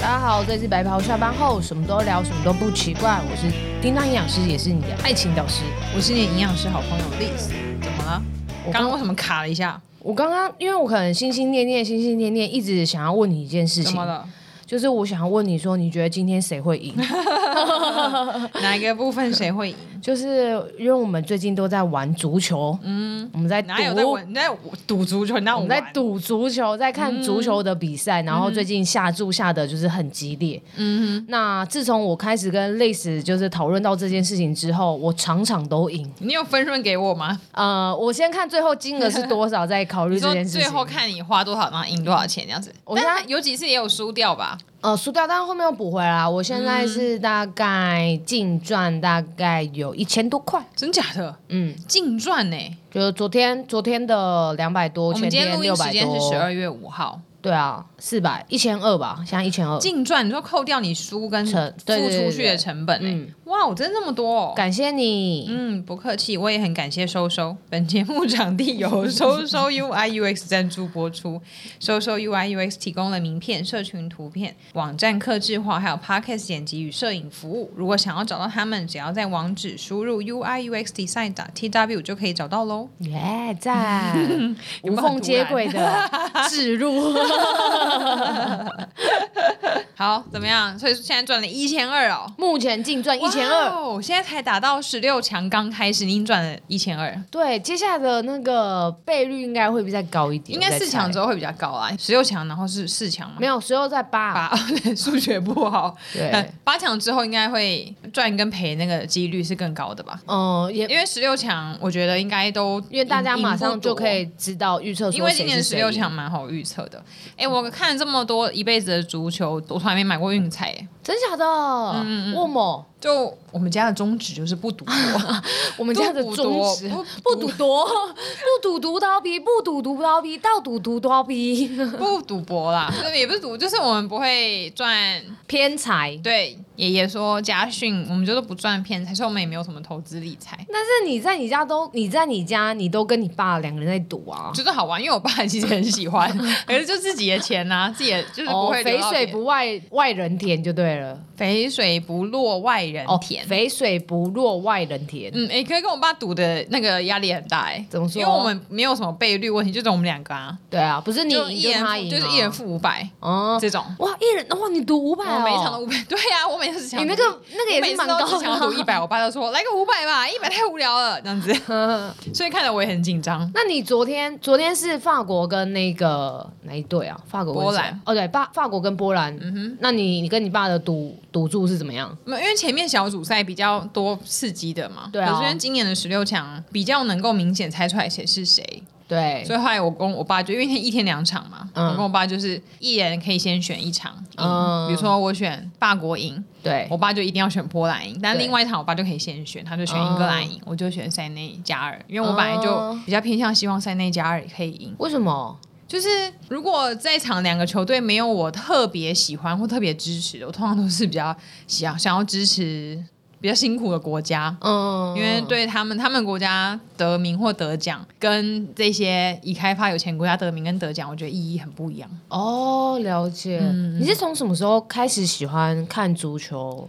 大家好，这里是白袍下班后，什么都聊，什么都不奇怪。我是叮当营养师，也是你的爱情导师。我是你的营养师好朋友 Liz，怎么了？我刚刚刚为什么卡了一下？我刚刚因为我可能心心念念、心心念念，一直想要问你一件事怎情么，了？就是我想要问你说，你觉得今天谁会 赢？哪一个部分谁 会赢？就是因为我们最近都在玩足球，嗯，我们在赌哪，有在玩？你在赌足球？那我我们玩在赌足球，在看足球的比嗯赛，然后最近下注下的就是很激烈。嗯，那自从我开始跟类似就是讨论到这件事情之后，我场场都赢。你有分润给我吗？呃，我先看最后金额是多少，再考虑你这说件事情。最后看你花多少，然后赢多少钱这样子。我但现在他有几次也有输掉吧？呃输掉，但是后面又补回来啦。我现在是大概净赚大概有一千多块。真假的？嗯，净赚呢？就是昨天昨天的两百多，我前们今天天录六音百时间多，是十二月五号。对啊，四百一千二吧，现在一千二。净赚，你说扣掉你输跟付成对对对嗯出去的成本呢？哇，我真这么多哦！感谢你，嗯，不客气，我也很感谢收收。本节目场地由收收 UI UX 赞助播出，收收 UI UX 提供了名片、社群图片、网站客制化，还有 Podcast 剪辑与摄影服务。如果想要找到他们，只要在网址输入 UI UX Design TW 就可以找到喽。耶，赞！无缝接轨的置入，嗯 好，怎么样？所以现在赚了一千二哦， 目前净赚一千二。哇哦！现在才打到十六强，刚开始，你已经赚了一千二。对，接下来的那个倍率应该会比再高一点，应该四强之后后会比较高啊，十六强然后是四强嘛，没有，十后在八。八，对， 数学不好， 对，八强之后应该会赚跟赔那个几率是更高的吧？嗯，也因为十六强，我觉得应该都因为大家马上就可赢以知道预测不多，因说为谁今年是十谁六强，蛮好预测的。哎、我看了这么多一辈子的足球，我从来没买过运彩、诶真假的？嗯沃某，就我们家的宗旨就是不赌博， 我们家的不赌宗多旨不不赌多， 不赌独刀逼，不赌独刀逼，到赌独刀逼，不赌博啦，就是也不是赌，就是我们不会赚。偏财。对，爷爷说家训，我们就是不赚偏财，所以我们也没有什么投资理财。但是你在你家都，你在你家，你都跟你爸两个人在赌啊。就是好玩，因为我爸其实很喜欢， 可是就自己的钱呐、自己的就是不哦会，流肥到水别人不外外人田就对了。肥水不落外人哦，田。肥水不落外人田。嗯，哎、可是跟我爸赌的那个压力很大哎、怎么说因为我们没有什么倍率问题，就是我们两个啊，对啊，不是你就赢一就人他付赢啊，就是一人付五百、哦。这种，哇，一人哇，你赌五百哦我每一场都五百。对呀、啊，我每次想你那个那个我也每是次蛮都高只想要赌的。一啊百，我爸就说来个五百吧，一百太无聊了这 样子，所以看得我也很紧张。那你昨天昨天是法国跟那个哪一队啊？法国跟波谁兰哦，对，法法国跟波兰。嗯哼，那你你跟你爸的赌赌注是怎么样？没有因为前面小组赛比较多刺激的嘛，对啊可是因为今年的十六强比较能够明显猜出来谁是谁，对，所以后来我跟我爸就因为一天两场嘛，嗯我跟我爸就是一人可以先选一场赢，嗯比如说我选法国赢，对我爸就一定要选波兰赢，但对嗯另外一场我爸就可以先选，他就选英格兰赢，我就选塞内加尔，因为我本来就哦比较偏向希望塞内加尔可以赢。为什么？就是如果在场两个球队没有我特别喜欢或特别支持的，我通常都是比较想想要支持比较辛苦的国家。嗯，因为对他们，他们国家得名或得奖，跟这些已开发有钱国家得名跟得奖，我觉得意义很不一样。哦，了解。嗯你是从什么时候开始喜欢看足球？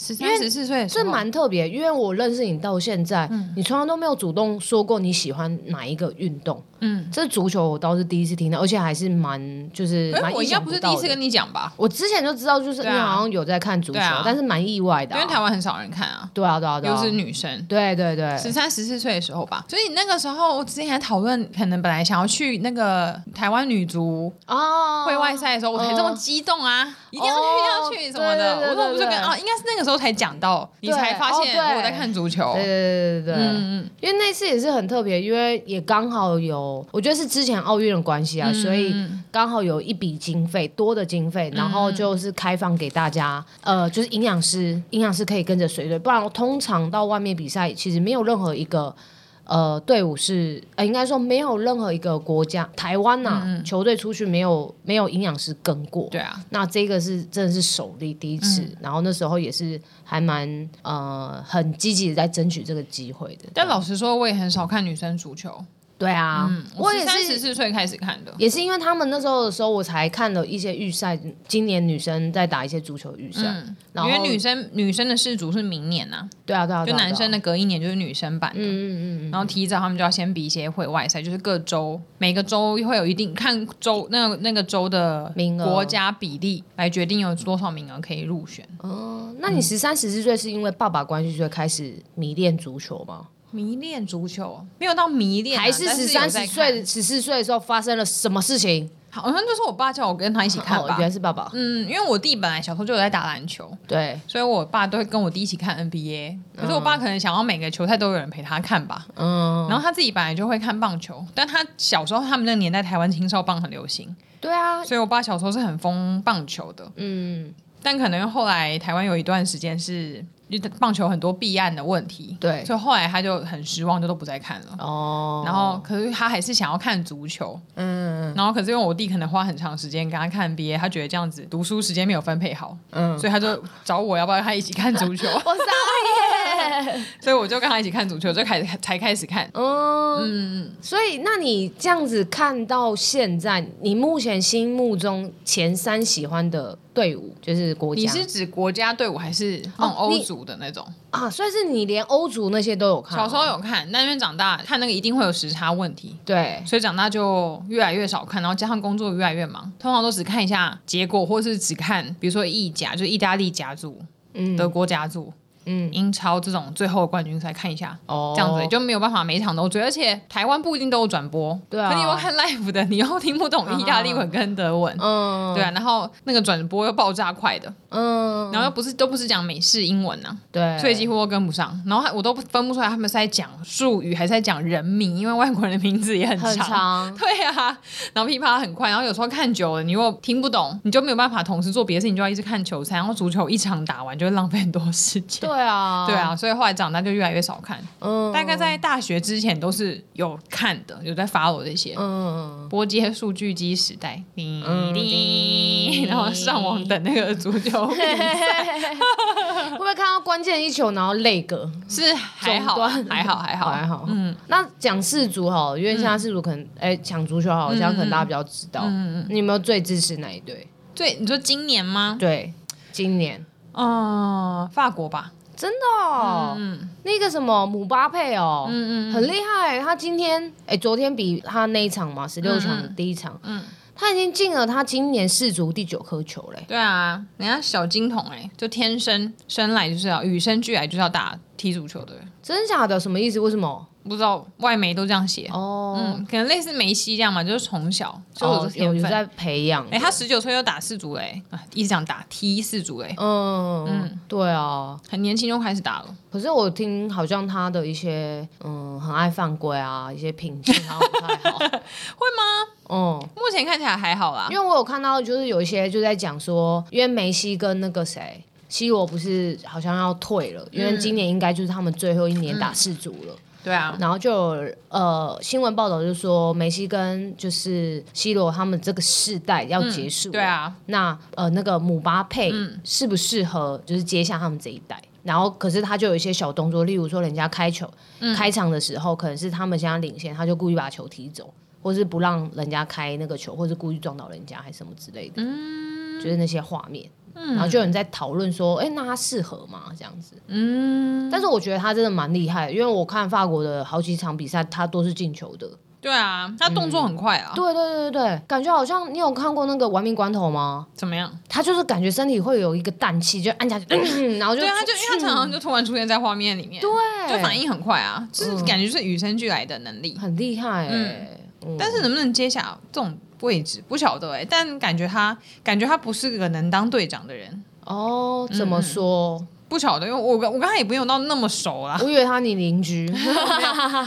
十三、十四岁的时这候，蛮特别，因为我认识你到现在，嗯你从来都没有主动说过你喜欢哪一个运动。嗯，这足球我倒是第一次听到，而且还是蛮就是可蛮是哎我意应该想不不是第到一的次跟你讲吧？我之前就知道，就是你对啊好像有在看足球，对啊但是蛮意外的因啊、为台湾很少人看啊，对啊，对啊，对又啊，是女生。对对对，十三、十四岁的时候吧，所以那个时候我之前还讨论，可能本来想要去那个台湾女足哦，嗯会外赛的时候，我才这么激动啊！一定要去，哦一定要去什么的。对对对我说不就跟对对啊，应该是那个时候才讲到，你对才发现哦对我在看足球。对对对对对，嗯嗯，因为那次也是很特别，因为也刚好有，我觉得是之前奥运的关系啊，所以刚好有一笔经费多的经费，然后就是开放给大家，呃，就是营养师，营养师可以跟着随队，不然我通常到外面比赛，其实没有任何一个。呃，队伍是呃，应该说没有任何一个国家，台湾呐、球队出去没有没有营养师跟过，对啊，那这个是真的是首例第一次，然后那时候也是还蛮呃很积极的在争取这个机会的。但老实说，我也很少看女生足球。对啊，嗯，我也是三十是。四岁开始看的。也是因为他们那时候的时候，我才看了一些预赛，今年女生在打一些足球预赛，嗯，然因后为女生女生的世足是明年呐、对啊对啊，就对啊男生，的隔一年就是女生版的。对啊嗯嗯嗯嗯，然后提早他们就要先比一些会外赛，就是各州每个州会有一定看州那个那个州的名额国家比例来决定有多少名额可以入选。哦那你十三十四岁是因为爸爸关系所以开始迷恋足球吗？迷恋足球哦没有到迷恋啊、还是但十是三有在十看岁、十四岁的时候发生了什么事情？好像就是我爸叫我跟他一起看哦吧原。来是爸爸，嗯，因为我弟本来小时候就有在打篮球，对，所以我爸都会跟我弟一起看 NBA。可是我爸可能想要每个球赛都有人陪他看吧，嗯，然后他自己本来就会看棒球，但他小时候他们那个年代台湾青少棒很流行，对啊，所以我爸小时候是很疯棒球的。嗯，但可能后来台湾有一段时间是因为棒球很多弊案的问题，对所以后来他就很失望，就都不再看了。哦，然后，可是他还是想要看足球，嗯然后可是因为我弟可能花很长时间跟他看 NBA，他觉得这样子读书时间没有分配好，嗯，所以他就找我要不要跟他一起看足球，我 傻眼，所以我就跟他一起看足球，就开始才开始看。嗯，所以那你这样子看到现在，你目前心目中前三喜欢的队伍就是国家，你是指国家队伍还是那种哦你欧足的那种？啊，所以是你连欧足那些都有看哦、小时候有看，但因为长大看那个一定会有时差问题，对，所以长大就越来越少看，然后加上工作越来越忙，通常都只看一下结果，或是只看比如说意甲，就是意大利甲组、嗯德国甲组、嗯，英超这种最后的冠军赛看一下。哦这样子就没有办法每一场都追，而且台湾不一定都有转播，对啊可你又看 live 的，你又听不懂意大利文跟德文，嗯，对啊，然后那个转播又爆炸快的，嗯，然后又不是都不是讲美式英文啊，对，所以几乎都跟不上，然后还我都分不出来他们是在讲术语还是在讲人名，因为外国人的名字也很很长， 对啊，然后噼啪很快，然后有时候看久了，你如果听不懂，你就没有办法同时做别的事情，你就要一直看球赛，然后足球一场打完就会浪费很多时间对。啊，对，啊，所以后来长大就越来越少看，嗯，大概在大学之前都是有看的，有在 follow 这些。嗯。拨接数据机时代，叮嗯叮，叮然后上网等那个足球比赛，会不会看到关键一球然后累个？是还好啊，终端还好，还好，还好嗯，那讲世足好了，因为现在世足可能哎讲、足球好像可能大家比较知道。嗯你有没有最支持哪一队？对，你说今年吗？对，今年哦嗯，法国吧。真的、哦，那个什么姆巴佩哦，嗯嗯，很厉害。他今天哎、昨天比他那一场嘛，十六强第一场，嗯，他已经进了他今年世足第九颗球嘞。对啊，人家小金童哎、就天生生来就是要与生俱来就是要打踢足球的人，真假的？什么意思？为什么？不知道外媒都这样写。哦，嗯，可能类似梅西这样嘛，就是从小就有这哦有天有分。哎、在培养。他十九岁就打四足嘞、啊，一直讲打踢四足嘞、嗯嗯，对啊，很年轻就开始打了。可是我听好像他的一些嗯很爱犯规啊，一些品性好像不太 好，会吗？嗯，目前看起来还好啦因，为我有看到就是有一些就在讲说，因为梅西跟那个谁。C 罗不是好像要退了，因为嗯今年应该就是他们最后一年打世足了。对啊，然后就有呃新闻报道就说梅西跟就是 C 罗他们这个世代要结束、对，啊，那呃，那个姆巴佩适不适合就是接下他们这一代？然后，可是他就有一些小动作，例如说人家开球、开场的时候，可能是他们现在领先，他就故意把球踢走，或是不让人家开那个球，或是故意撞到人家，还是什么之类的。就是那些画面。然后就有人在讨论说，哎、那他适合吗？这样子，嗯，但是我觉得他真的蛮厉害的，因为我看法国的好几场比赛，他都是进球的。对啊，他动嗯作很快啊，对对对对对，感觉好像你有看过那个《亡命关头》吗？怎么样？他就是感觉身体会有一个氮气，就按下去，嗯然后就嗯对啊，他就因为他常常就突然出现在画面里面，哎对就反应很快啊，嗯就是感觉是与生俱来的能力。很厉害、欸。嗯，但是能不能接下这种位置不晓得哎、但感觉他感觉他不是个能当队长的人，哦，嗯怎么说？不晓得，因为我我跟他也没有到那么熟 啦，我以为他你邻 居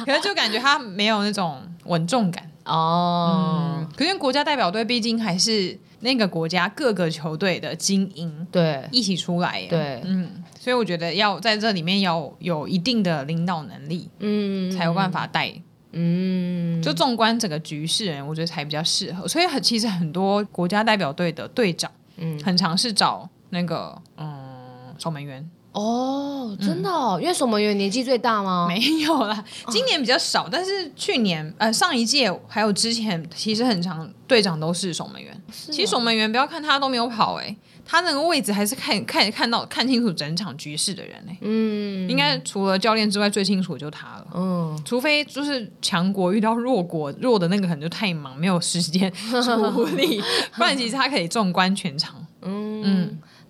可是就感觉他没有那种稳重感。哦，嗯，可是国家代表队毕竟还是那个国家各个球队的精英对一起出来耶，对，嗯，所以我觉得要在这里面要有一定的领导能力，嗯才有办法带嗯，就纵观整个局势，我觉得才比较适合。所以很其实很多国家代表队的队长，嗯，很常是找那个嗯守门员，哦，真的哦，因为守门员年纪最大吗？没有啦，今年比较少，但是去年呃上一届还有之前，其实很长队长都是守哦门员。其实守门员不要看他都没有跑、欸，他那个位置还是看看看到看清楚整场局势的人哎、嗯，哦应该除了教练之外最清楚就他了。嗯，除非就是强国遇到弱国，弱的那个可能就太忙，没有时 间处 理，不然其实他可以纵观全场。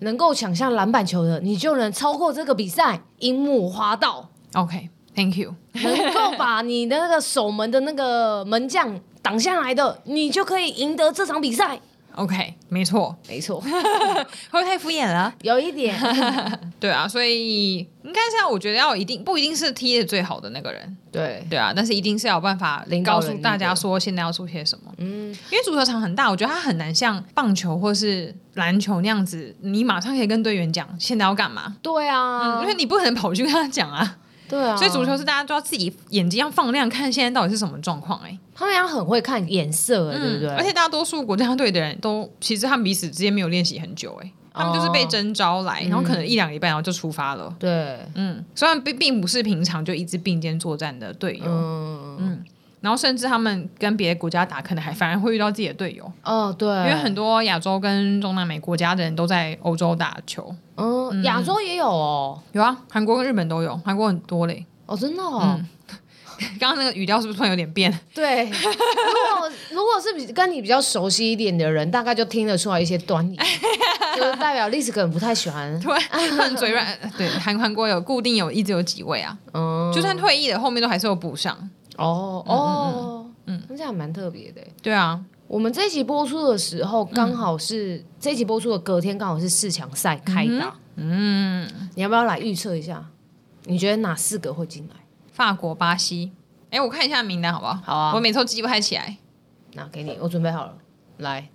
能够抢下篮板球的，你就能超过这个比赛。樱木花 道 OK，Thank、you。能够把你的那个守门的那个门将挡下来的，你就可以赢得这场比赛。 OK，没错，没 错，会不会太敷衍了？有一点，对啊，所以应该是要，我觉得要一定不一定是踢的最好的那个人，对，对啊，但是一定是要有办法领导告人诉力大家的说现在要做些什么。嗯，因为足球场很大，我觉得它很难像棒球或是篮球那样子，你马上可以跟队员讲现在要干嘛，对啊，嗯因为你不可能跑去跟他讲啊。对啊，所以足球是大家都要自己眼睛要放亮，看现在到底是什么状况哎、他们俩很会看眼色、欸，对不对？嗯而且大多数国家队的人都其实他们彼此之间没有练习很久哎、他们就是被哦征召来，然后可能一两个礼拜然后就出发了。对，嗯，虽然并并不是平常就一直并肩作战的队友，嗯，然后甚至他们跟别的国家打，可能还反而会遇到自己的队友，哦，对，因为很多亚洲跟中南美国家的人都在欧洲打球。嗯，亚洲也有哦，有啊，韩国跟日本都有，韩国很多嘞。 哦，真的哦。嗯刚刚那个语调是不是突然有点变？ 对，如果如果是比跟你比较熟悉一点的人，大概就听得出来一些端 倪，就是代表历史可能不太喜欢。突然突然嘴软。 对，韩韩国有固定有一直有几位啊，嗯，就嗯算退役了，后面都还是有补上。哦哦，嗯，那这样还蛮特别的欸。对啊，我们这一集播出的时候，刚好是、这一集播出的隔天，刚好是四强赛开打。嗯，你要不要来预测一下？你觉得哪四个会进来？法国、巴西。哎，我看一下名单好不好？好啊我每次都记不太起来。那给你，我准备好了，来。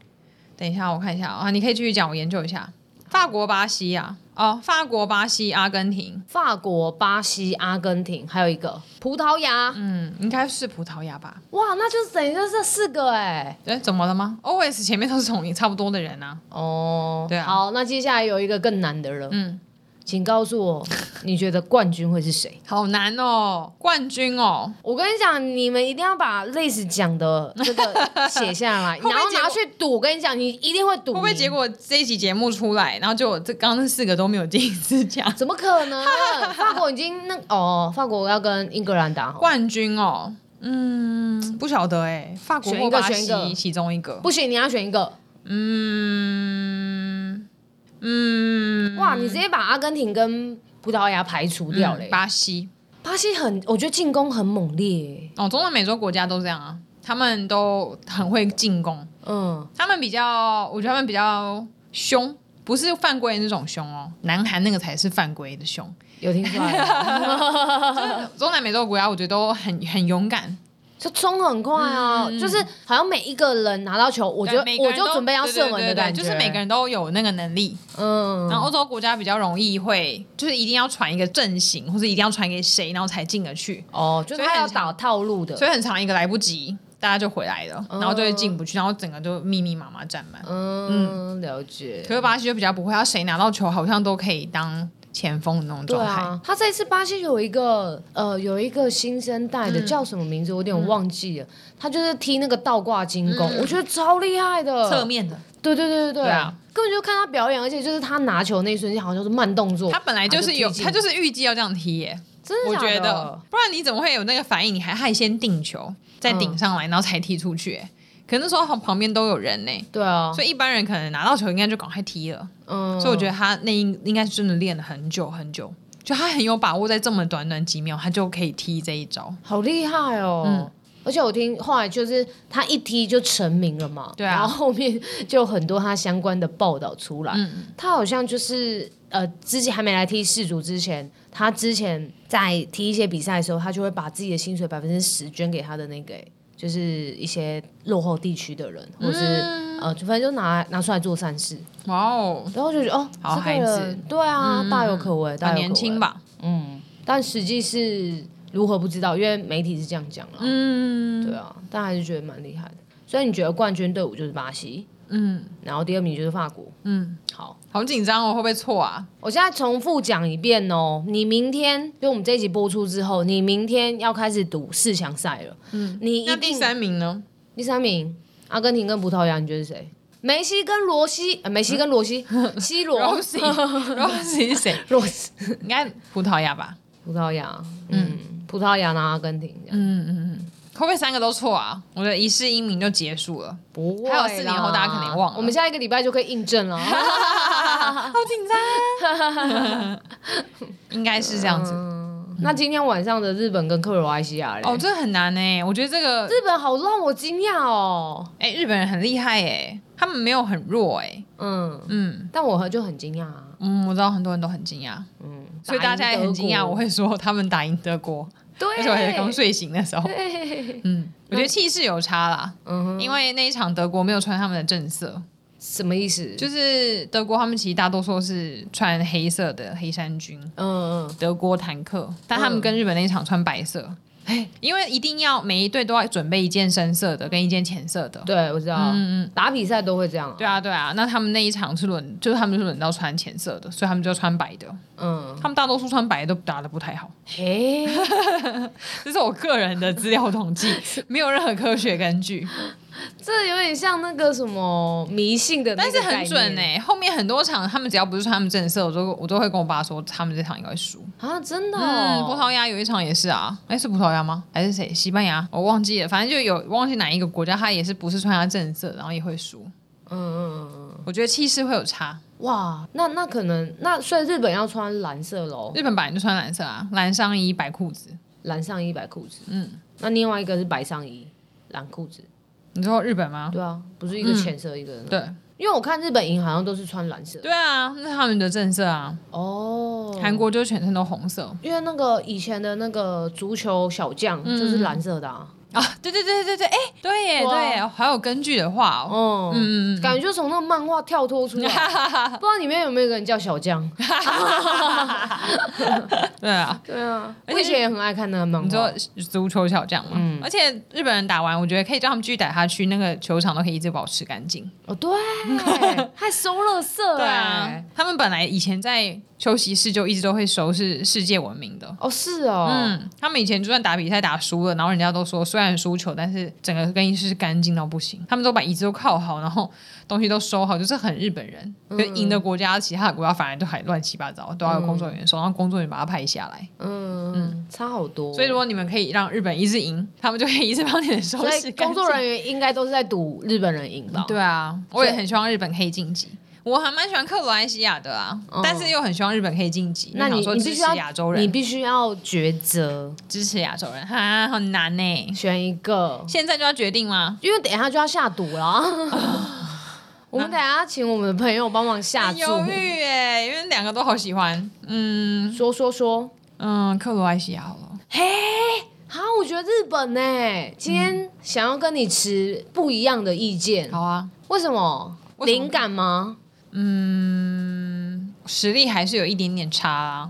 等一下，我看一下啊，你可以继续讲，我研究一下。法国、巴西啊，哦，法国、巴西、阿根廷，法国、巴西、阿根廷，还有一个葡萄牙，嗯，应该是葡萄牙吧？哇，那就等于是这四个哎、哎，怎么了吗？always 前面都是同一差不多的人啊。哦，对啊好，那接下来有一个更难的了，嗯，请告诉我，你觉得冠军会是谁？好难哦，冠军哦，我跟你讲，你们一定要把 list 讲的这个写下来， 会然后结果拿去赌。我跟你讲，你一定会赌会赢。不会结果这一集节目出来，然后就我这刚刚那四个都没有进一次奖？怎么可能？法国已经那哦，法国要跟英格兰打好， 冠军哦，嗯，不晓得哎，法国选或一个巴选一西个其中一个。不行，你要选一个。嗯嗯，哇，你直接把阿根廷跟葡萄牙排除掉嘞、巴西巴西很，我觉得进攻很猛烈欸、哦，中南美洲国家都这样啊，他们都很会进攻。嗯，他们比较，我觉得他们比较凶，不是犯规的那种凶哦。南韩那个才是犯规的凶。有听出 来吗，中南美洲国家，我觉得都很很勇敢。就冲很快啊、就是好像每一个人拿到球，我觉得嗯对每个我人都就准备要射门的对对对对感觉，就是每个人哦都有那个能力。嗯，然后欧洲国家比较容易会，就是一定要传一个阵型，或者一定要传给谁，然后才进得去。哦，就是所他以要很常打套路的，所以很长一个来不及，大家就回来了，然后就会进不去，然后整个就密密麻麻占满。嗯，了解。可是巴西就比较不会，他谁拿到球好像都可以当前锋的那种对状态。啊，他这一次巴西有一个呃有一个新生代嗯的、叫什么名字，我有点忘记了。他就是踢那个倒挂金钩，我觉得超厉害的。嗯侧面的，对对对对对，对啊根本就看他表演，而且就是他拿球那一瞬间好像就是慢动作，他本来就是有，然后踢进他就是预计要这样踢耶、真的我假觉得的，不然你怎么会有那个反应？你还还先定球，再顶上来，然后才踢出去、欸。可那时候旁旁边都有人呢、对啊，所以一般人可能拿到球应该就赶快踢了。嗯，所以我觉得他那应应该是真的练了很久很久，就他很有把握，在这么短短几秒，他就可以踢这一招。好厉害哦。嗯而且我听后来就是他一踢就成名了嘛，对啊然后后面就很多他相关的报道出来，嗯他好像就是呃之前还没来踢世足之前，他之前在踢一些比赛的时候，他就会把自己的薪水百分之十捐给他的那个、就是一些落后地区的人，或是、嗯呃就反正就拿拿出来做善事，哇哦，然后就觉得哦，好这个孩子嗯人对啊，大有可为，大好有可为，年轻吧？嗯但实际是如何不知道，因为媒体是嗯这样讲啦。嗯，对啊，但还是觉得蛮厉害的。所以你觉得冠军队伍就是巴西？嗯，然后第二名就是法国，嗯，好，好紧张哦，会不会错啊？我现在重复讲一遍哦，你明天就我们这一集播出之后，你明天要开始赌四强赛了，嗯，你一那定第三名呢？第三名，阿根廷跟葡萄牙，你觉得是谁？梅西跟罗西，呃梅西跟罗 西，西罗 Rosie Rosie 是谁？ 罗西，应该葡萄牙吧？葡萄牙，嗯，葡萄牙拿阿根廷这样，会不会三个都错啊？我的一世英名就结束了。不会还有四年后啦大家可能忘了我们下一个礼拜就可以印证 了。好紧张、应该是这样子。嗯那今天晚上的日本跟克罗埃西亚嘞？哦，这很难呢、我觉得这个，日本好让我惊讶哦。哎、日本人很厉害哎、他们没有很弱哎、嗯，嗯但我就很惊讶啊。嗯，我知道很多人都很惊讶，嗯，所以大家也很惊打赢讶，德国我会说他们打赢德国，对，而且我还刚睡醒的时候，嗯，我觉得气势有差啦，嗯哼，因为那一场德国没有穿他们的正色，什么意思？就是德国他们其实大多数是穿黑色的黑衫军，嗯嗯，德国坦克，但他们跟日本那一场穿白色，哎、因为一定要每一队都要准备一件深色的跟一件浅色的。对，我知道。嗯嗯，打比赛都会这样啊。对啊，对啊，那他们那一场是轮，就是他们是轮到穿浅色的，所以他们就穿白的。嗯，他们大多数穿白的都打得不太好， 嘿，这是我个人的资料统计，没有任何科学根据， 这有点像那个什么迷信的那但个是概念，很准哎、后面很多场他们只要不是穿他们正色，我都我都会跟我爸说他们这场应该会输。啊，真的嗯，葡哦。萄牙有一场也是啊，哎、是葡萄牙吗？还是谁？西班牙？我忘记了，反正就有忘记哪一个国家，他也是不是穿他正色，然后也会输。嗯嗯嗯嗯，我觉得气势会有差。哇，那那可能那所以日本要穿蓝色喽，日本本来就穿蓝色啊，蓝上衣白裤子。蓝上衣白裤子。嗯，那另外一个是白上衣蓝裤子。你说日本吗？对啊，不是一个浅色一个、嗯对因为我看日本银好像都是穿蓝色。对啊，那是他们的正色啊。哦，韩国就全身都红色因为那个以前的那个足球小将嗯就是蓝色的啊。啊！对对对对对，哎、对耶哇对耶，还有根据的话哦。哦，嗯，感觉就从那个漫画跳脱 出来，不知道里面有没有一个人叫小将？对啊，对啊，我以前也很爱看那个漫你说画。足球小将嘛，而且日本人打完，我觉得可以叫他们继续打下去，那个球场都可以一直保持干净。哦， 对，还收了色，对啊，，他们本来以前在休息室就一直都会收是世界闻名的。哦是哦，嗯，他们以前就算打比赛打输了，然后人家都说虽然输球，但是整个更衣室是干净到不行。他们都把椅子都靠好，然后东西都收好，就是很日本人。嗯跟赢的国家，其他的国家反而都还乱七八糟，都要有工作人员收，然后工作人员把它拍下来。嗯嗯，差好多。所以如果你们可以让日本一直赢，他们就可以一直帮你们收所拾以干工净。作人员应该都是在赌日本人赢吧？对啊，我也很希望日本可以晋级。我还蛮喜欢克罗埃西亚的啊，嗯但是又很希望日本可以晋级。那就你想说你支必持须要亚洲你人，必须要抉择，支持亚洲人，哈，好难呢、选一个，现在就要决定吗？因为等一下就要下赌 了。我们等一下请我们的朋友帮忙下很注，犹豫哎、因为两个都好喜欢。嗯说说说。嗯，克罗埃西亚好了，好，我觉得日本呢、今天想要跟你持不一样的意见，好啊，为什么？为什么灵感吗？实力还是有一点点差啊。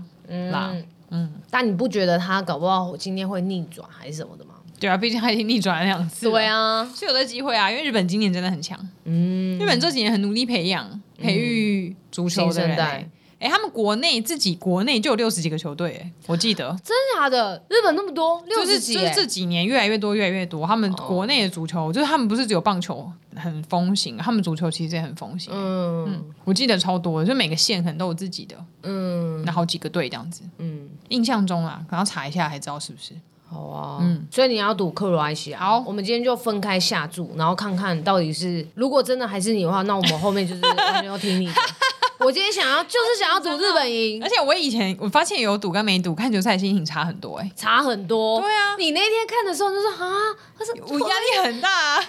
啦嗯嗯，但你不觉得他搞不好今天会逆转还是什么的吗？对啊，毕竟他已经逆转了两次，对，啊，是有的机会啊。因为日本今年真的很强，嗯日本这几年很努力培养、培育足球新的生人、代欸。哎、他们国内自己国内就有六十几个球队、欸，我记得，真的假的？日本那么多，六就是十几、哦就欸是这几年越来越多，越来越多。他们国内的足球，就是他们不是只有棒球很风行，他们足球其实也很风行。嗯我记得超多的，就每个县可能都有自己的，嗯那好几个队这样子。嗯，印象中啊啦，然后查一下才知道是不是。好啊，嗯，所以你要赌克罗埃西亚。啊好我们今天就分开下注，然后看看到底是如果真的还是你的话，那我们后面就是完全要听你 的。我今天想要就是想要赌日本赢而，且我以前我发现有赌跟没赌，看球赛心情差很多哎、 欸差很多。对啊你那天看的时候就说啊，他是我压力很大、 啊，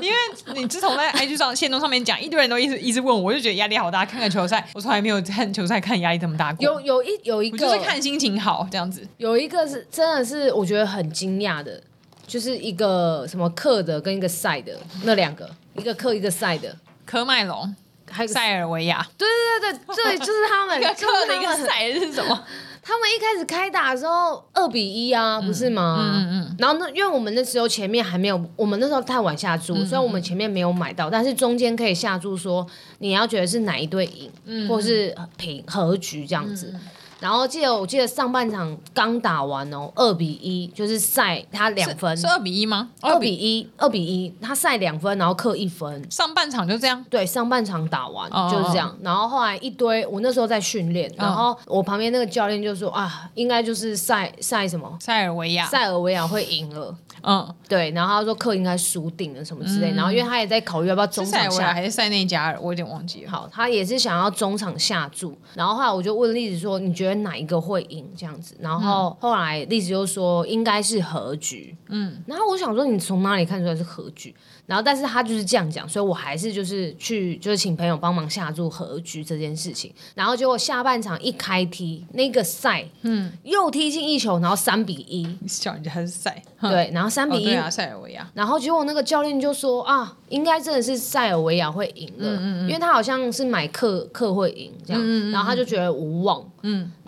因为你自从在 IG 上、线动上面讲，一堆人都一直一直问我，我就觉得压力好大。看个球赛，我从来没有看球赛看压力这么大过。有有一有一我个就是看心情好这样子。有一个是真的是我觉得很惊讶的，就是一个什么克的跟一个赛的那两个，一个克一个赛的，科麦隆、还有一个塞尔维亚，对对对对对，就是他们， 一个就是克他的一们个塞是什么？他们一开始开打的时候二比一啊，不是吗？嗯嗯然后那因为我们那时候前面还没有，我们那时候太晚下注，所以我们前面没有买到，但是中间可以下注说你要觉得是哪一队赢，或是呃平和局这样子。然后记得我记得上半场刚打完哦，二比一就是赛他两分，是二比一吗？二比一，二比一，他赛两分，然后克一分。上半场就这样，对，上半场打完哦嗯就是这样，然后后来一堆，我那时候在训练，然后我旁边那个教练就说啊，应该就是赛赛什么塞尔维亚，塞尔维亚会赢了，嗯，对，然后他说克应该输定了什么之类，然后因为他也在考虑要不要中是塞尔场维亚下，还是塞内加尔？我有点忘记了。好，他也是想要中场下注，然后后来我就问栗子说，你觉得哪一个会赢这样子？然嗯后后来栗子就说应该是和局，嗯，然后我想说你从哪里看出来是和局？然后但是他就是这样讲，所以我还是就是去就是请朋友帮忙下注和局这件事情，然后结果下半场一开踢那个赛，嗯，又踢进一球，然后三比一，你叫人家是塞，哼对，然后三哦比一、对啊，塞尔维亚。然后结果那个教练就说啊，应该真的是塞尔维亚会赢了，因为他好像是买客客会赢这样，然后他就觉得无望，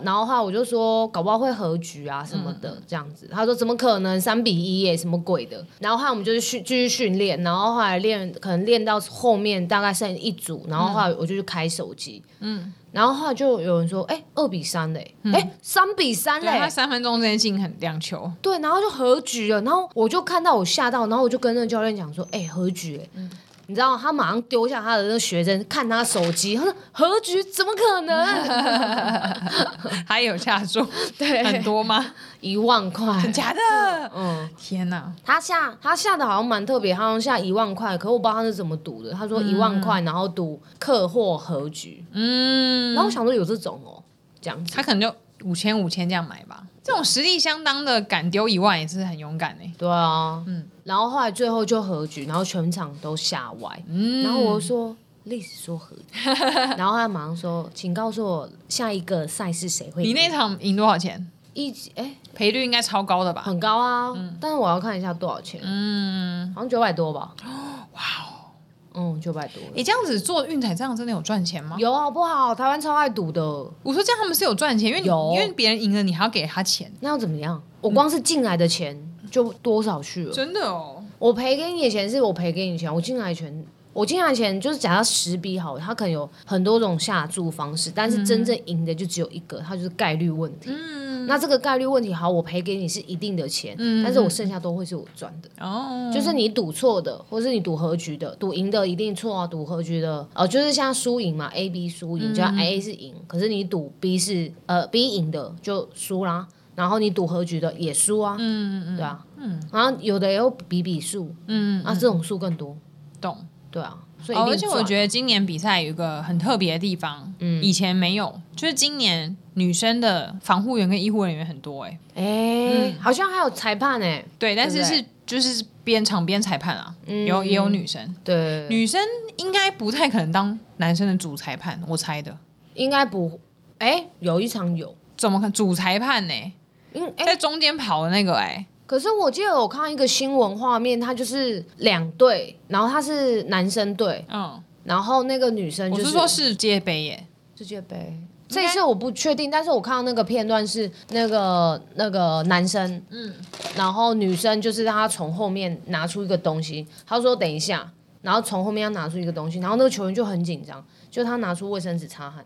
然后话我就说搞不好会和局啊什么的、这样子，他说怎么可能三比一耶什么鬼的，然后后来我们就是训继续训练，然后后来练可能练到后面大概剩一组，然后后来我就去开手机，嗯，然后后来就有人说哎二比三嘞，哎三比三对，啊嘞他，三分钟之内进很两 球，对，然后就和局了，然后我就看到我吓到，然后我就跟那个教练讲说：“哎、和局、欸！”嗯你知道他马上丢下他的那个学生，看他手机，他说：“和局怎么可能？还有下 注，对，很多吗？一万块假的，嗯，天哪！他下他下的好像蛮特别，他好像下一万块，可我不知道他是怎么赌的。他说一万块，然后赌客或和局，嗯，然后我想说有这种哦，这样子他，可能就五千五千这样买吧。这种实力相当的，敢丢一万也是很勇敢哎、对啊，嗯，然后后来最后就和局，然后全场都吓歪，然后我就说。历史说和局， 然后他马上说：“请告诉我下一个赛事谁会赢？”你那场赢多少钱？一起哎、赔率应该超高的吧？很高啊，但是我要看一下多少钱，嗯，好像九百多吧。 哇哦，嗯，九百多你、这样子做运彩这样真的有赚钱吗？有好不好？台湾超爱赌的，我说这样他们是有赚钱，因为你有因为别人赢了，你还要给他钱，那要怎么样？我光是进来的钱就多少去了？真的哦。我赔给你的钱是我赔给你的钱，我进来的钱，我进来的钱就是假设十笔好了，它可能有很多种下注方式，但是真正赢的就只有一个，它就是概率问题。那这个概率问题好，我赔给你是一定的钱，但是我剩下都会是我赚的。哦，就是你赌错的，或是你赌和局的，赌赢的一定错啊，赌和局的，呃，就是像输赢嘛，A、B 输赢，就像 A 是赢，可是你赌 B 是呃 B 赢的就输啦，然后你赌和局的也输啊，嗯嗯对啊，嗯，然后有的也有比比数，嗯，啊，这种数更多，懂。对啊，所以一哦，定而且我赚觉得今年比赛有一个很特别的地方，嗯，以前没有，就是今年女生的防护员跟医护人员很多哎、哎、好像还有裁判哎、对，但是对不对是就是边场边裁判啊，有也有女生，对，女生应该不太可能当男生的主裁判，我猜的，应该不，哎、有一场有，怎么可能主裁判呢、欸嗯，哎、在中间跑的那个哎、可是我记得我看到一个新闻画面，他就是两队，然后他是男生队，嗯，然后那个女生我就是是说世界杯耶、世界杯。这一次我不确定，但是我看到那个片段是那个那个男生，嗯，然后女生就是他从后面拿出一个东西，他说等一下，然后从后面要拿出一个东西，然后那个球员就很紧张，就他拿出卫生纸擦汗，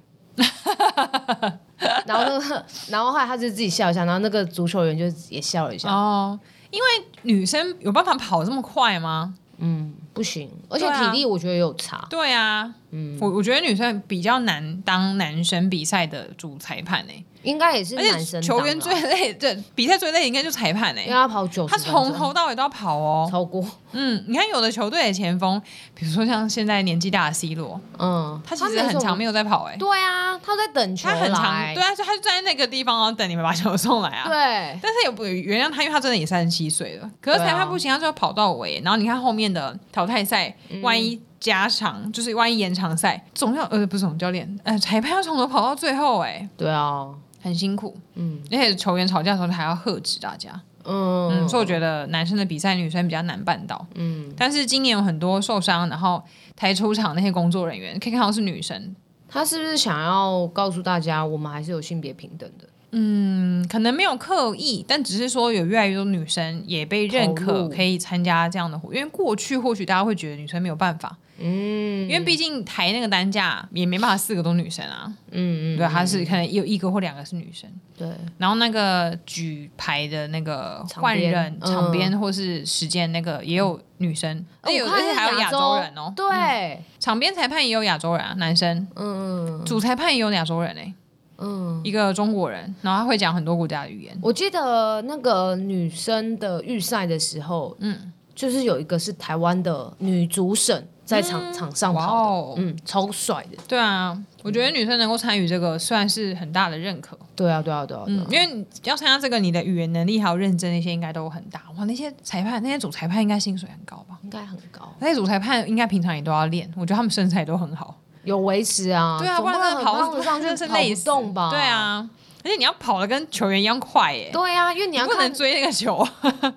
然后那个然后后来他就自己笑一下，然后那个足球员就也笑了一下，哦，因为女生有办法跑这么快吗？嗯，不行，而且对啊体力我觉得有差，对啊，嗯我我觉得女生比较难当男生比赛的主裁判哎、应该也是而男且生球员当啊啊最累，对比赛最累应该就裁判哎、因为他跑九十，他从头到尾都要跑哦，超过，嗯，你看有的球队的前锋，比如说像现在年纪大的 C 罗，嗯，他其实没很什长么没有在跑哎、对啊，他在等球他很来长，对啊，就他就站在那个地方然后等你们把球送来啊。对但是也不原谅他，因为他真的也三十七岁了。可是对啊裁判不行，他就要跑到尾。然后你看后面的淘汰赛，万一加长、就是万一延长赛，总要呃不是总教练，呃裁判要从头跑到最后、哎，对啊，很辛苦。嗯而且球员吵架的时候还要喝止大家。嗯，嗯，所以我觉得男生的比赛女生比较难办到。嗯，但是今年有很多受伤，然后抬出场那些工作人嗯员，可以看到是女生。他是不是想要告诉大家，我们还是有性别平等的？嗯，可能没有刻意，但只是说有越来越多女生也被认投可，入可以参加这样的活。因为过去或许大家会觉得女生没有办法，嗯因为毕竟抬那个担架也没办法四个都女生啊，嗯嗯，对，她是可能有一个或两个是女生。对，然后那个举牌的那个场换边人嗯哦场边或是时间那个也有女生，而且有我看而且还有亚洲人哦。对，场边裁判也有亚洲人啊，男生嗯主裁判也有亚洲人哎、嗯。一个中国人，然后他会讲很多国家的语言。我记得那个女生的预赛的时候，嗯嗯，就是有一个是台湾的女主审在场、场上嗯哇跑的，哦，嗯，超帅的。对啊，我觉得女生能够参与这个算是很大的认可，对啊，对啊，对啊，对嗯啊，因为你要参加这个，你的语言能力还有认真那些应该都很大。哇，那些裁判，那些主裁判应该薪水很高吧？应该很高，那些主裁判应该平常也都要练，我觉得他们身材都很好。有维持啊。对啊，总不不然真的能跑跑得上去真的是跑累不死动吧？对，啊，而且你要跑的跟球员一样快耶、对啊，因为你你要不能看，啊追那个球。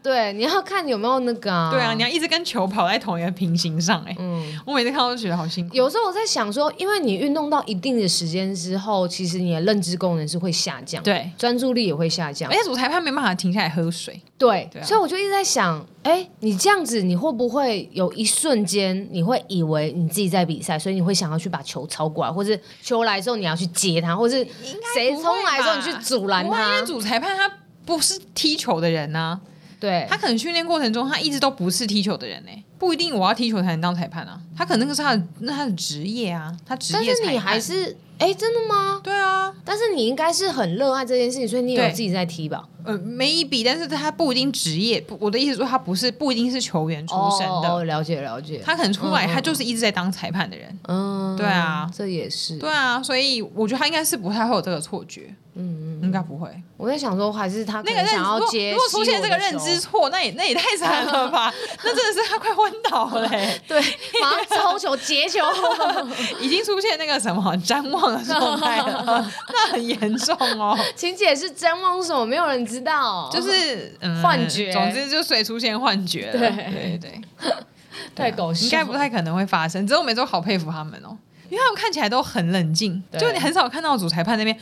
对，你要看有没有那个啊。对啊，你要一直跟球跑在同一个平行上哎、嗯。我每次看到都觉得好辛苦。有时候我在想说，因为你运动到一定的时间之后，其实你的认知功能是会下降，，对，专注力也会下降而。且主裁判没办法停下来喝水。对，对啊所以我就一直在想，哎，你这样子，你会不会有一瞬间，你会以为你自己在比赛，所以你会想要去把球超过来，或是球来的时候你要去接它，或是谁不会冲来的时候你吧去阻拦不会因为它。主裁判他不是踢球的人呐、对他，可能训练过程中他一直都不是踢球的人哎、不一定我要踢球才能当裁判啊。他可能那个是他的那他的职业啊，他职但业是裁你还判。是，哎，真的吗？对啊，但是你应该是很热爱这件事情，所以你有对自己在踢吧？呃，maybe，但是他不一定职业。不我的意思说，他不是不一定是球员出身的，哦，了解了解。他可能出来，嗯嗯他就是一直在当裁判的人。嗯，对啊这也是。对啊，所以我觉得他应该是不太会有这个错觉。嗯嗯，应该不会。我在想说，还是他可那能个认想知，要如果接如果出现这个认西知错，那也那也太惨 了吧？那真的是他快昏倒了、欸，罗的手， 对，马上抽球截 球，已经出现那个什么张望的状态了，那很严重 哦。晴姐是真梦是什么？没有人知道，就是、嗯、幻觉总之就是所以出现幻觉了。对对对，太搞笑，啊应该不太可能会发生。只是我每周好佩服他们 哦，因为他们看起来都很冷静，对就你很少看到主裁判那边，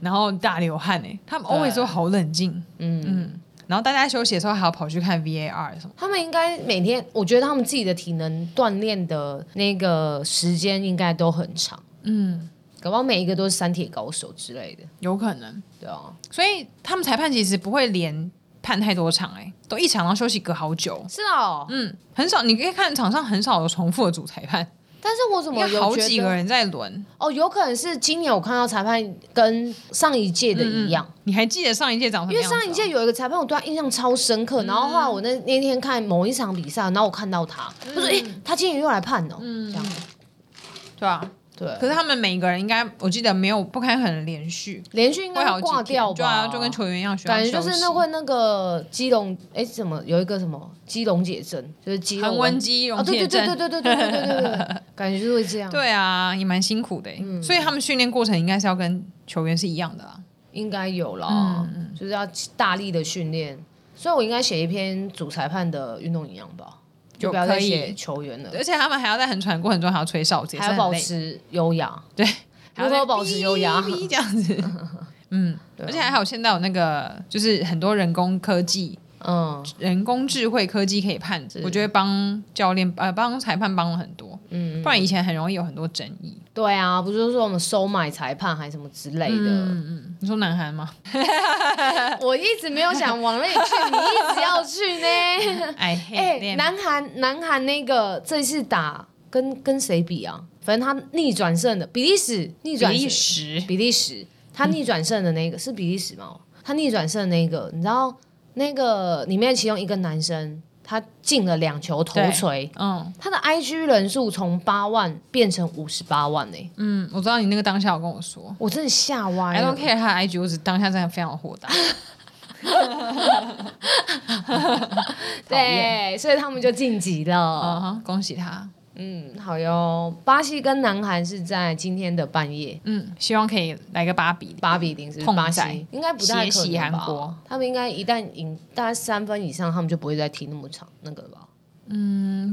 然后大流汗哎，他们对 always 都好冷静，嗯嗯。然后大家休息的时候还要跑去看 VAR 什么，他们应该每天，我觉得他们自己的体能锻炼的那个时间应该都很长，嗯，搞不好每一个都是三铁高手之类的，有可能。对啊，所以他们裁判其实不会连判太多场哎、都一场然后休息隔好久，是哦。嗯，很少，你可以看场上很少有重复的主裁判，但是我怎么因为有好觉得几个人在轮。哦，有可能是今年我看到裁判跟上一届的一样。你还记得上一届长什么因为样子哦吗上一届有一个裁判，我对他印象超深刻。然后后来我那那天看某一场比赛，然后我看到他，我说：“诶，他今年又来判哦。”这样对啊，可对，是他们每一个人应该，我记得没有不开很连续，连续应会该好会几挂天掉对吧？啊，就跟球员一样，需要感觉就是那休息会那个基隆哎，什么有一个什么基隆解症，就是基隆恒温肌溶啊，对解对对症，对对对对对对对对对，感觉就是会这样，对啊，也蛮辛苦的欸、嗯所以他们训练过程应该是要跟球员是一样的啊。应该有啦，就是要大力的训练，所以我应该写一篇主裁判的运动营养吧，就有不要可再以写球员了，而且他们还要在很喘过程中还要吹哨子，也是还要很保累持优雅， 对，如还要在何保持优雅？哔哔这样子。嗯， 对啊而且还好，现在有那个就是很多人工科技、 嗯人工智慧科技可以判，我觉得帮教练呃帮裁判帮了很多，嗯，不然以前很容易有很多争议。对啊，不是说我们收买裁判还什么之类的，你说南韩吗？ 我一直没有想往那里去，你一直要去 呢。哎 哎、嘿，南韩南韩那个这次打跟跟谁比啊？反正他逆转胜的比利时，逆比转利胜时比利时，他逆转胜的那个、是比利时吗？他逆转胜的那个，你知道那个里面其中一个男生他进了两球头对锤，嗯他的 IG 人数从八万变成五十八万呢、嗯，我知道你那个当下有跟我说我真的吓，I 歪 don't 了。 care 他的 IG，我只当下真的非常火 大。讨厌对，所以他们就晋级了。嗯哼，恭喜他，嗯，好哟。巴西跟南韩是在今天的半夜，嗯，希望可以来个八比零。八比零是不是痛巴宰西，应该不太可血洗能韩国吧？他们应该一旦赢大概三分以上，他们就不会再踢那么长那个了吧？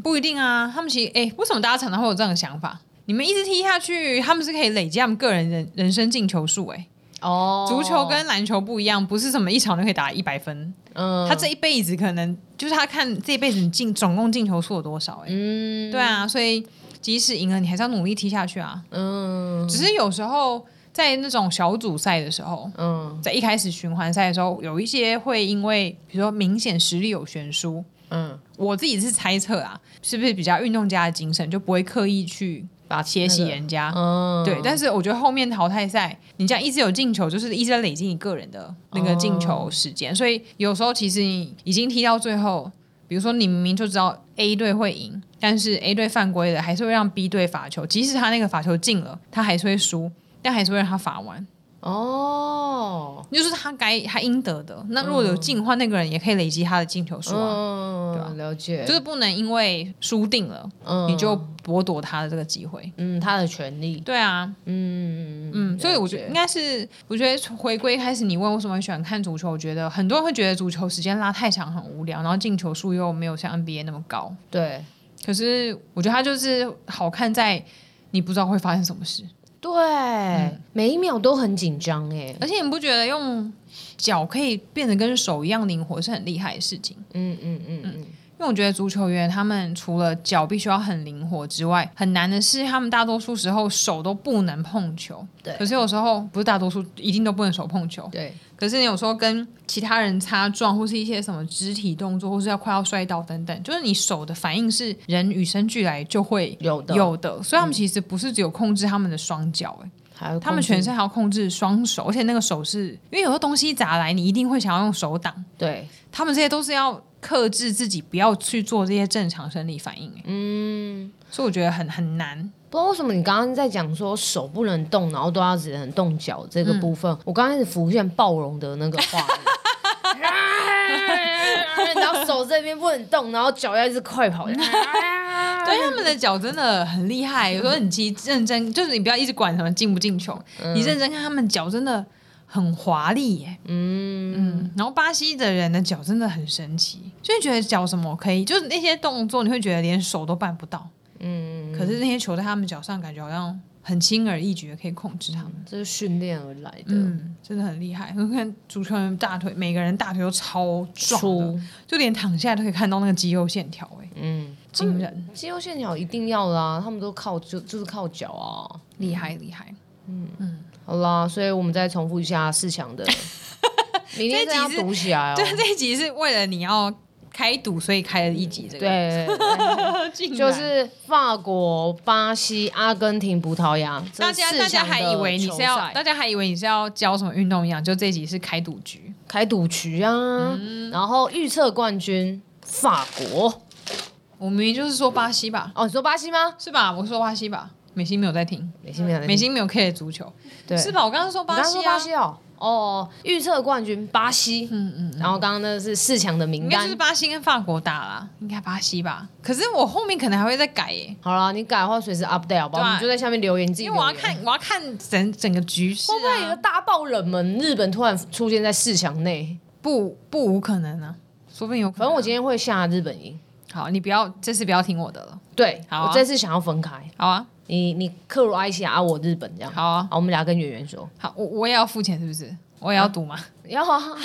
不一定啊，他们其实哎、为什么大家常常会有这种想法？你们一直踢下去，他们是可以累积他们个人人人生进球数哎、哦，足球跟篮球不一样，不是什么一场就可以打一百分。嗯他这一辈子可能就是他看这一辈子你进总共进球数有多少、欸？哎、嗯对啊，所以即使赢了，你还是要努力踢下去啊。嗯只是有时候在那种小组赛的时候，嗯在一开始循环赛的时候，有一些会因为比如说明显实力有悬殊，嗯，我自己是猜测啊，是不是比较运动家的精神就不会刻意去把切洗人家？嗯对，但是我觉得后面淘汰赛，你这样一直有进球，就是一直在累积你个人的那个进哦球时间，所以有时候其实你已经踢到最后，比如说你明明就知道 A 队会赢，但是 A 队犯规了，还是会让 B 队罚球，即使他那个罚球进了，他还是会输，但还是会让他罚完，哦，就是他该他应得的。那如果有进的话，那个人也可以累积他的进球数啊，嗯，对吧了解，就是不能因为输定了，嗯你就剥夺他的这个机会。嗯他的权利，对啊，嗯嗯，所以我觉得应该是，我觉得回归开始，你问我为什么喜欢看足球，我觉得很多人会觉得足球时间拉太长很无聊，然后进球数又没有像 NBA 那么高。对可是我觉得它就是好看在你不知道会发生什么事，对，每一秒都很紧张哎，而且你不觉得用脚可以变得跟手一样灵活是很厉害的事情？嗯嗯嗯嗯，因为我觉得足球员他们除了脚必须要很灵活之外，很难的是他们大多数时候手都不能碰球。对可是有时候不是大多数，一定都不能手碰球。对，可是你有时候跟其他人擦撞，或是一些什么肢体动作，或是要快要摔倒等等，就是你手的反应是人与生俱来就会有的有的，所以他们其实不是只有控制他们的双脚、欸，还有他们控制全身还要控制双手，而且那个手是因为有的东西砸来，你一定会想要用手挡，对，他们这些都是要克制自己不要去做这些正常生理反应、欸，嗯。所以我觉得很很难。不知道为什么你刚刚在讲说手不能动，然后都要只能动脚这个部分，嗯我刚开始浮现暴龙的那个画面， 啊然后手这边不能动，然后脚要一直快跑。嗯啊对，他们的脚真的很厉害，有时候你其实认真，就是你不要一直管什么进不进球，你认真看他们脚真的很华丽耶。嗯，嗯，然后巴西的人的脚真的很神奇，就会觉得脚什么可以，就是那些动作你会觉得连手都办不到。嗯，可是那些球在他们脚上，感觉好像很轻而易举的可以控制他们。这是训练而来的。嗯，真的很厉害。我看足球人大腿，每个人大腿都超壮的粗，就连躺下都可以看到那个肌肉线条，哎，嗯，惊人，肌肉线条一定要啦，他们都靠就就是靠脚啊。厉害厉害。好啦，所以我们再重复一下四强 的，明天再要这一集是读起来哦。对，这一集是为了你要开赌，所以开了一集这个。对， 对就是法国、巴西、阿根廷、葡萄牙，这大家四大家强还以为你是要呃的，球赛大家还以为你是要教什么运动一样，就这一集是开赌局。开赌局啊，嗯然后预测冠军法国我明明就是说巴西吧，哦，你说巴西吗？是吧？我说巴西吧，美心没有在听，美西没有，美心没有 care 足球，对，是吧？我刚刚说你巴刚刚西说啊巴，西哦，哦，预测冠军巴西，嗯嗯，然后刚刚那是四强的名应该就是单。巴西跟法国打啦，应该巴西吧？可是我后面可能还会再改耶、好啦，你改的话随时 update 好不对好？啊你就在下面留言，你自己因为我要留言看我要看整整个局势会不会有一啊个，大爆冷门，日本突然出现在四强内？不不无可能啊，说不定有可能啊。反正我今天会下日本赢。好，你不要这次不要听我的了，对，好啊我这次想要分开，好啊，你你克罗埃西亚，啊我日本这样。好啊。好，我们俩跟圆圆说，好，我我也要付钱是不是？我也要赌吗？要啊，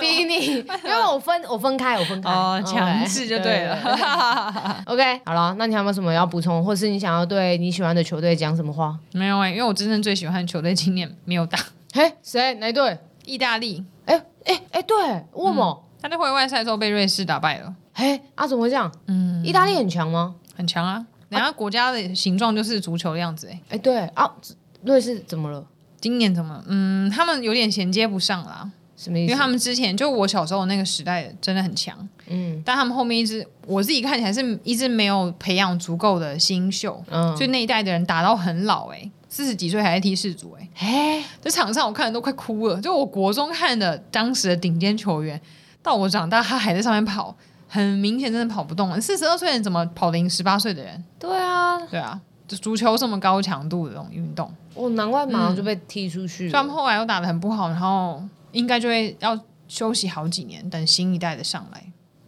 逼你，因为我分我分开，我分开，哦， OK，强制就哦对了。对。对对 OK，好了，那你还有没有什么要补充，或是你想要对你喜欢的球队讲什么话？ 没有哎、因为我真正最喜欢球队今年没有打嘿，谁哪一队？ 意大利，哎哎哎，对，沃某，他在回外赛之后被瑞士打败了，嘿啊，怎么会这样？嗯，意大利很强吗？很强啊。人家国家的形状就是足球的样子哎、哎，对啊，瑞士怎么了？今年怎么？嗯，他们有点衔接不上啦，什么意因思为？他们之前就我小时候那个时代真的很强，嗯但他们后面一直我自己看起来是一直没有培养足够的新秀，嗯，所以那一代的人打到很老哎、四十几岁还在踢世足哎、哎，在场上我看的都快哭了。就我国中看的当时的顶尖球员，到我长大他还在上面跑，很明显真的跑不动了。四十二岁的人怎么跑得赢十八岁的人？对啊，对啊，就足球这么高强度的这种运动，我哦难怪马上就被踢出去嗯所了。以他们后来又打得很不好，然后应该就会要休息好几年，等新一代的上来。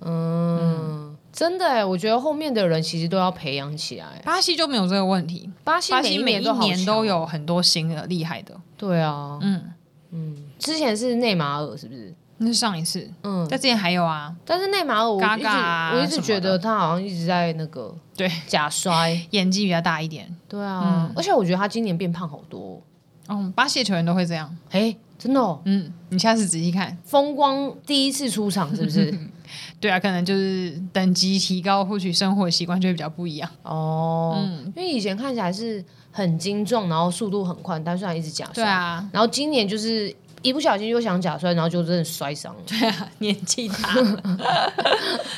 嗯，真的哎，我觉得后面的人其实都要培养起来。巴西就没有这个问题，巴西巴西每每一一年都都有很多新的厉害的，对啊，嗯嗯，之前是内马尔是不是？那是上一次，嗯，但之前还有啊，但是内马尔我一直 Gaga 啊我一什直么的觉得他好像一直在那个对嗯假摔，演技比较大一点。对啊，而且我觉得他今年变胖好多，哦，巴西的球员都会这样。哎，真的哦，嗯，你下次仔细看。风光第一次出场是不是？对啊，可能就是等级提高，或许生活习惯就会比较不一样。哦，嗯因为以前看起来是很精壮，然后速度很快，但虽然一直假摔，对啊，然后今年就是一不小心又想假摔，然后就真的摔伤了。对啊， 年纪大了，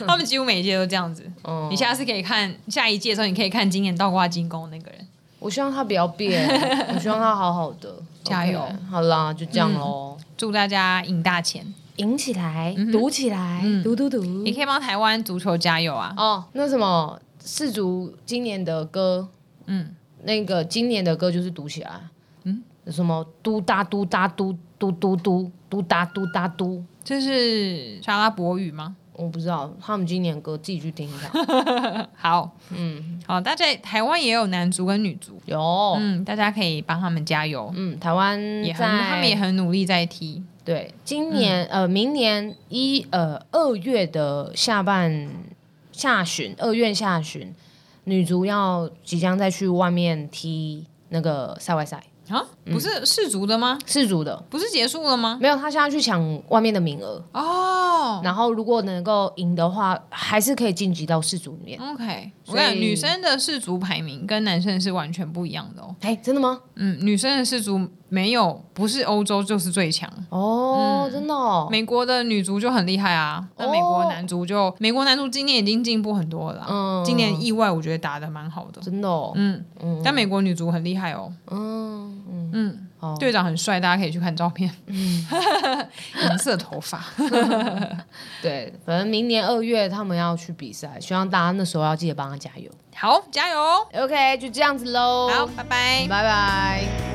他们几乎每一届都这样子。嗯你下次可以看下一届的时候，你可以看今年倒挂金钩那个人。我希望他不要 变，我希望他好好的，加油嗯 OK，好啦，就这样喽，祝大家赢大钱，赢起来，嗯赌起来，赌赌赌。也可以帮台湾足球加油啊！哦，那什么，世足今年的歌，嗯，那个今年的歌就是读起来，嗯，什么嘟哒嘟哒嘟嘟嘟嘟嘟哒嘟哒嘟，这是沙拉伯语吗？我不知道他们今年歌自己去听一 下。好，嗯，好，大家台湾也有男足跟女足，有，嗯，大家可以帮他们加油，嗯，台湾也很在他们也嗯很努力在踢。对，今年、呃，明年一呃二月的下半下旬，二月下旬，女足要即将再去外面踢那个赛外赛，啊，不是世足的吗？世足的不是结束了吗？没有，她现在去抢外面的名额，哦然后如果能够赢的话，还是可以晋级到世足里面。 ，OK，我所以跟你讲，女生的世足排名跟男生是完全不一样的哦。哎，真的吗？嗯，女生的世足没有不是欧洲就是最强，嗯哦，真的哦，美国的女足就很厉害啊，那美国哦男足就、美国男足今年已经进步很多了啦嗯今年意外我觉得打的蛮好的，真的哦，嗯，但美国女足很厉害哦，嗯嗯，嗯，好，队长很帅，大家可以去看照片，嗯 银色头发，对，反正明年二月他们要去比赛，希望大家那时候要记得帮他加油。好，加油哦， OK，就这样子喽，好，拜拜拜拜。